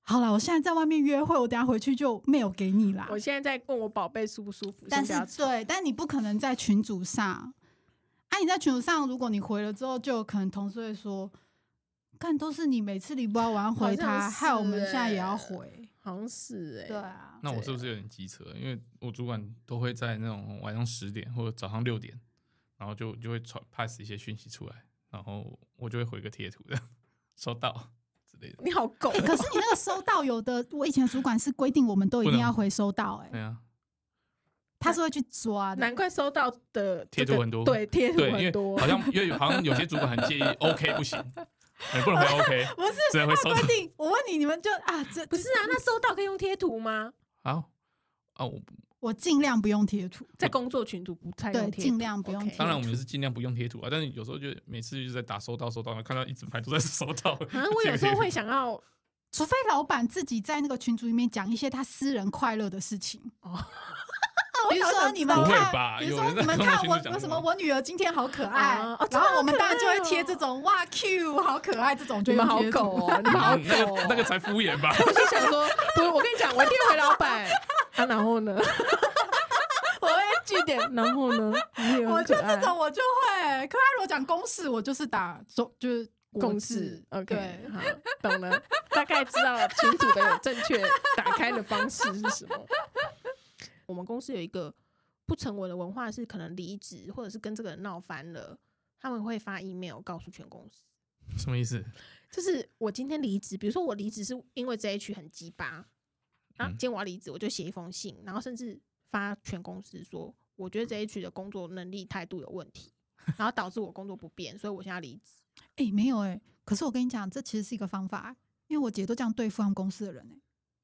S4: 好了，我现在在外面约会，我等一下回去就没有给你啦。
S1: 我现在在问我宝贝舒不舒服，
S4: 但
S1: 先不要
S4: 是
S1: 吵
S4: 对，但你不可能在群组上啊！你在群组上，如果你回了之后，就有可能同事会说，看都是你每次礼拜晚
S1: 好
S4: 回他，
S1: 像
S4: 害我们
S1: 是
S4: 现在也要
S1: 欸
S4: 回。
S1: 好像是哎、
S4: 对啊，
S2: 那我是不是有点机车？因为我主管都会在那种晚上十点或者早上六点，然后就就会传 pass 一些讯息出来，然后我就会回个贴图的， 收到之类的。
S1: 你好狗、
S4: 欸可是你那个收到有的，我以前主管是规定我们都一定
S2: 不能
S4: 要回收到、欸，
S2: 对啊，
S4: 他是会去抓的
S1: 难。怪收到的这
S2: 贴
S1: 个
S2: 图很多
S1: 对，贴 图
S2: 对，
S1: 很
S2: 因
S1: 多
S2: 为好，像因为好像有些主管很 介意，OK 不行，哎不能回 OK，
S4: 不是
S2: 只能回收
S4: 规
S2: 到。
S4: 定，我问你，你们就啊，这
S1: 不是啊？那收到可以用贴图吗？
S2: 好啊，我
S4: 我尽量不用贴图。
S2: 嗯
S1: 在工作群组不太用
S4: 对
S1: 贴图
S4: 尽量不用
S1: OK
S4: 贴
S2: 当然我们是尽量不用贴图啊，但是有时候就每次就是在打收到收到，看到一整排 都在收到。
S1: 啊，我有时候会想要
S4: 除非老板自己在那个群组里面讲一些他私人快乐的事情
S1: 哦
S4: 比如说你们
S2: 不会吧
S4: 看，比如说
S2: 有人在
S4: 你们
S2: 公众
S4: 看
S2: 群
S4: 我
S2: 组讲
S4: 为什
S2: 这
S4: 么
S2: 种
S4: 我女儿今天好可爱
S1: 啊 哦，真的
S4: 然
S1: 好
S4: 后我们
S1: 可
S4: 当然就
S1: 爱
S4: 会
S1: 哦
S4: 贴这种哇 Q 好可爱这种，就
S1: 你们
S4: 用
S1: 好
S4: 贴图
S1: 狗哦，你们好
S2: 那
S1: 狗、
S2: 个
S1: 哦
S2: 那个才敷衍 吧。
S1: 我就想说，不是，我跟你讲，我一定回老 板。啊，然后呢？我会据点，然后呢？你也
S4: 我
S1: 很
S4: 就
S1: 可
S4: 这
S1: 爱。
S4: 种我就会，可他如果讲公事，我就是打中就是
S1: 共
S4: 治
S1: 治。OK，
S4: 对
S1: 好，懂了，大概知道群组的有正确打开的方式是什么。我们公司有一个不成文的文化是，可能离职或者是跟这个人闹翻了，他们会发 email 告诉全公司。
S2: 什么意思？
S1: 就是我今天离职，比如说我离职是因为这一区很鸡巴，啊，
S2: 嗯
S1: 今天我要离职，我就写一封信，然后甚至发全公司说，我觉得这一区的工作能力态度有问题，然后导致我工作不便，所以我现在离职。
S4: 哎、没有哎、可是我跟你讲，这其实是一个方法、因为我姐都这样对付他们公司的人哎、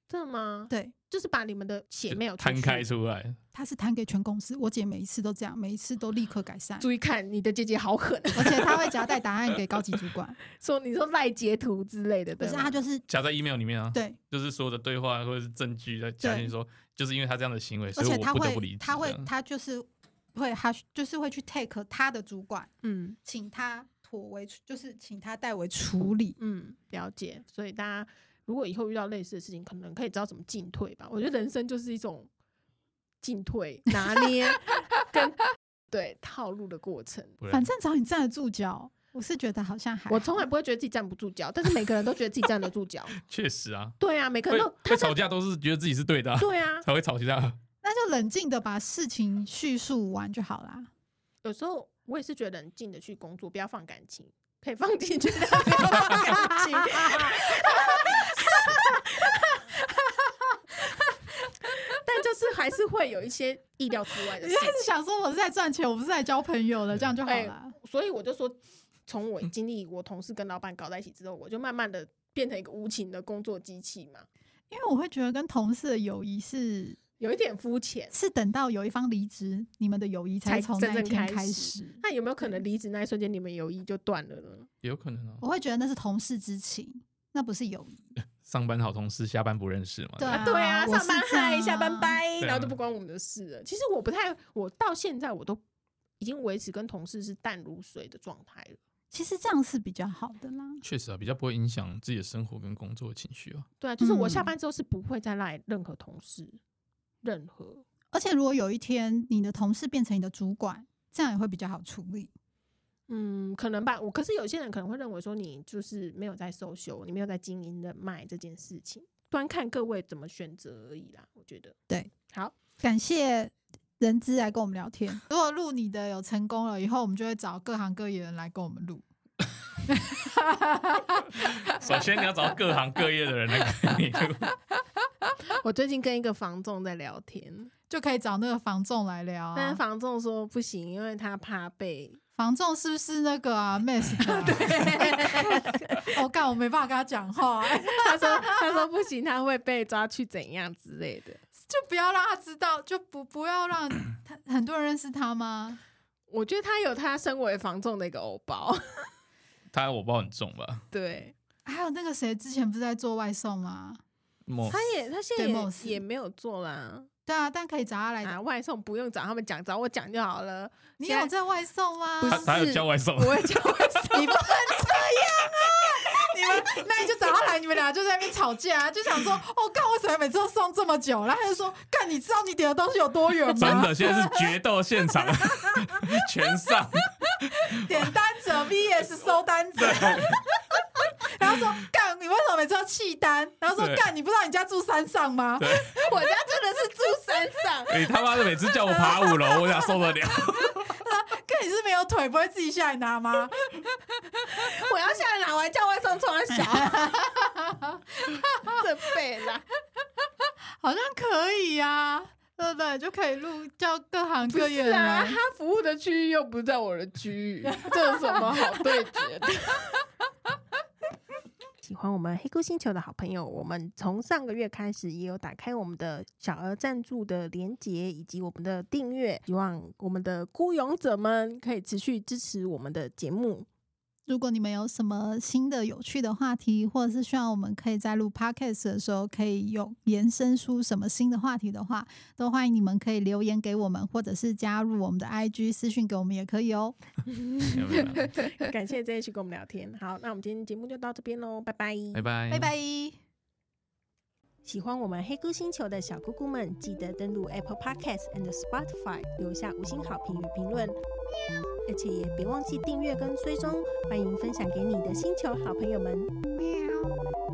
S1: 真的吗？，
S4: 对，
S1: 就是把你们的血没有
S2: 摊开出来，
S4: 她是摊给全公司，我姐每一次都这样，每一次都立刻改善，
S1: 注意看，你的姐姐好 狠，
S4: 而且她会夹带答案给高级 主管，
S1: 说你说赖截图之类的，
S4: 可
S1: 对
S4: 是
S1: 吗
S4: 她就是
S2: 夹在 email 里面啊，
S4: 对，
S2: 就是所有的对话或者是证据在夹进去
S4: 对
S2: 说，就是因为他这样的行为，
S4: 而
S2: 所以
S4: 且
S2: 我
S4: 她
S2: 不得不离
S4: 会
S2: 职。啊
S4: 她会
S2: 这样
S4: 她就是会她就是会去 take 她的主管，
S1: 嗯
S4: 请他妥为就是请他代为处理。
S1: 嗯，了解。所以大家如果以后遇到类似的事情，可能可以知道怎么进退吧。我觉得人生就是一种进退、拿捏 跟对套路的过程。
S2: 不然
S4: 反正只要你站得住脚，我是觉得好像还
S1: 我从来不会觉得自己站不住脚，但是每个人都觉得自己站得住 脚。
S2: 确实啊，
S1: 对啊，每个
S2: 会
S1: 人都
S2: 会吵架都是觉得自己是对的啊，
S1: 对啊。
S2: 才会吵 架。
S4: 那就冷静的把事情叙述完就好 啦。
S1: 有时候我也是觉得冷静的去工作，不要放感情，可以放进去， 但不要放感情。但就是还是会有一些意料之外的
S4: 你
S1: 事
S4: 一
S1: 情。
S4: 直想说我是在赚钱，我不是在交朋友的，这样就好
S1: 哎
S4: 了。
S1: 所以我就说，从我经历我同事跟老板搞在一起之后，我就慢慢的变成一个无情的工作机器嘛，
S4: 因为我会觉得跟同事的友谊是
S1: 有一点肤浅。
S4: 是等到有一方离职，你们的友谊
S1: 才
S4: 从
S1: 真
S4: 那一
S1: 正
S4: 天
S1: 开
S4: 开
S1: 始
S4: 始。
S1: 那有没有可能离职那一瞬间，你们友谊就断了呢？
S2: 也有可能
S4: 我
S2: 啊，
S4: 会觉得那是同事之情，那不是友谊。
S2: 上班好同事，下班不认识嘛。
S4: 对啊
S1: 对啊，
S4: 我
S1: 上班
S4: 是这样
S1: 嗨，
S4: 啊
S1: 下班拜，
S2: 对啊
S1: 然后就不关我们的事了。其实我不太，我到现在我都已经维持跟同事是淡如水的状态了。
S4: 其实这样是比较好的啦。
S2: 确实啊，比较不会影响自己的生活跟工作的情绪啊。
S1: 对啊，就是我下
S4: 嗯
S1: 班之后是不会再赖任何同事，任何
S4: 而且如果有一天你的同事变成你的主管，这样也会比较好处理。
S1: 嗯，可能吧。我可是有些人可能会认为说，你就是没有在收修，你没有在经营人脉这件事情，端看各位怎么选择而已啦。我觉得
S4: 对，
S1: 好，
S4: 感谢人资来跟我们聊天。如果录你的有成功了，以后我们就会找各行各业的人来跟我们录。
S1: 啊
S2: 首先你要找各行各业的人来 跟你，
S1: 我最近跟一个房仲在聊天，
S4: 就可以找那个房仲来聊、
S1: 但
S4: 啊
S1: 是。房仲说不行，因为他怕被
S4: 房仲是不是那个啊 m e s 的、啊？对， 我干、我没办法跟他讲话、欸
S1: 他说他说不行，他会被抓去怎样之类的。
S4: 就不要让他知道，就不不要让他很多人认识他吗？
S1: 我觉得他有他身为房仲的一个欧包，
S2: 他我包很重吧？
S1: 对，
S4: 还有那个谁之前不是在做外送吗？
S2: 莫
S1: 他也他现在
S4: 对貌似
S1: 也也没有做啦，
S4: 对啊，但可以找他来。
S1: 啊，外送不用找他们讲，找我讲就好 了。
S4: 你
S1: 现在
S4: 有在外送吗？
S1: 不
S2: 他
S1: 是
S2: 他有叫外送
S1: 我，会叫外送，
S4: 你不能这样啊！你们那你就找他来，你们俩就在那边吵架、就想说，哦，干为什么每次都送这么久？然后他就说，干，你知道你点的东西有多远
S2: 真
S4: 吗？
S2: 的现在是决斗现场， 全上。
S4: 点单者 VS 收单者。 然后说干，你为什么每次要弃单？然后说
S2: 对
S4: 干，你不知道你家住山上吗？
S2: 对，
S1: 我家真的是住山上，
S2: 你他妈的每次叫我爬五楼，我哪受得了？
S4: 干，你是没有腿，不会自己下来拿吗？
S1: 我要下来拿，我还叫外送冲他小， 这废啦，
S4: 好像可以呀、对不对？就可以录叫各行
S1: 不
S4: 各业
S1: 是
S4: 的
S1: 啊，
S4: 人。
S1: 他服务的区域又不在我的区域，这有什么好对决的？喜欢我们黑咕星球的好朋友，我们从上个月开始也有打开我们的小额赞助的连结，以及我们的订阅，希望我们的孤勇者们可以持续支持我们的节 目。
S4: 如果你们有什么新的有趣的话题，或者是希望我们可以在录 podcast 的时候可以有延伸出什么新的话题的话，都欢迎你们可以留言给我们，或者是加入我们的 IG 私讯给我们也可以哦。
S2: 没有没有没有
S1: 感谢这一期跟我们聊天。好，那我们今天节目就到这边喽，拜拜，
S2: 拜拜
S4: 拜拜。
S5: 喜欢我们黑菇星球的小姑姑们，记得登录 Apple Podcasts and Spotify 留下五星好评与评论，而且也别忘记订阅跟追踪，欢迎分享给你的星球好朋友们。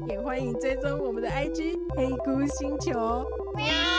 S5: 也欢迎追踪我们的 IG 黑菇星球。喵。哦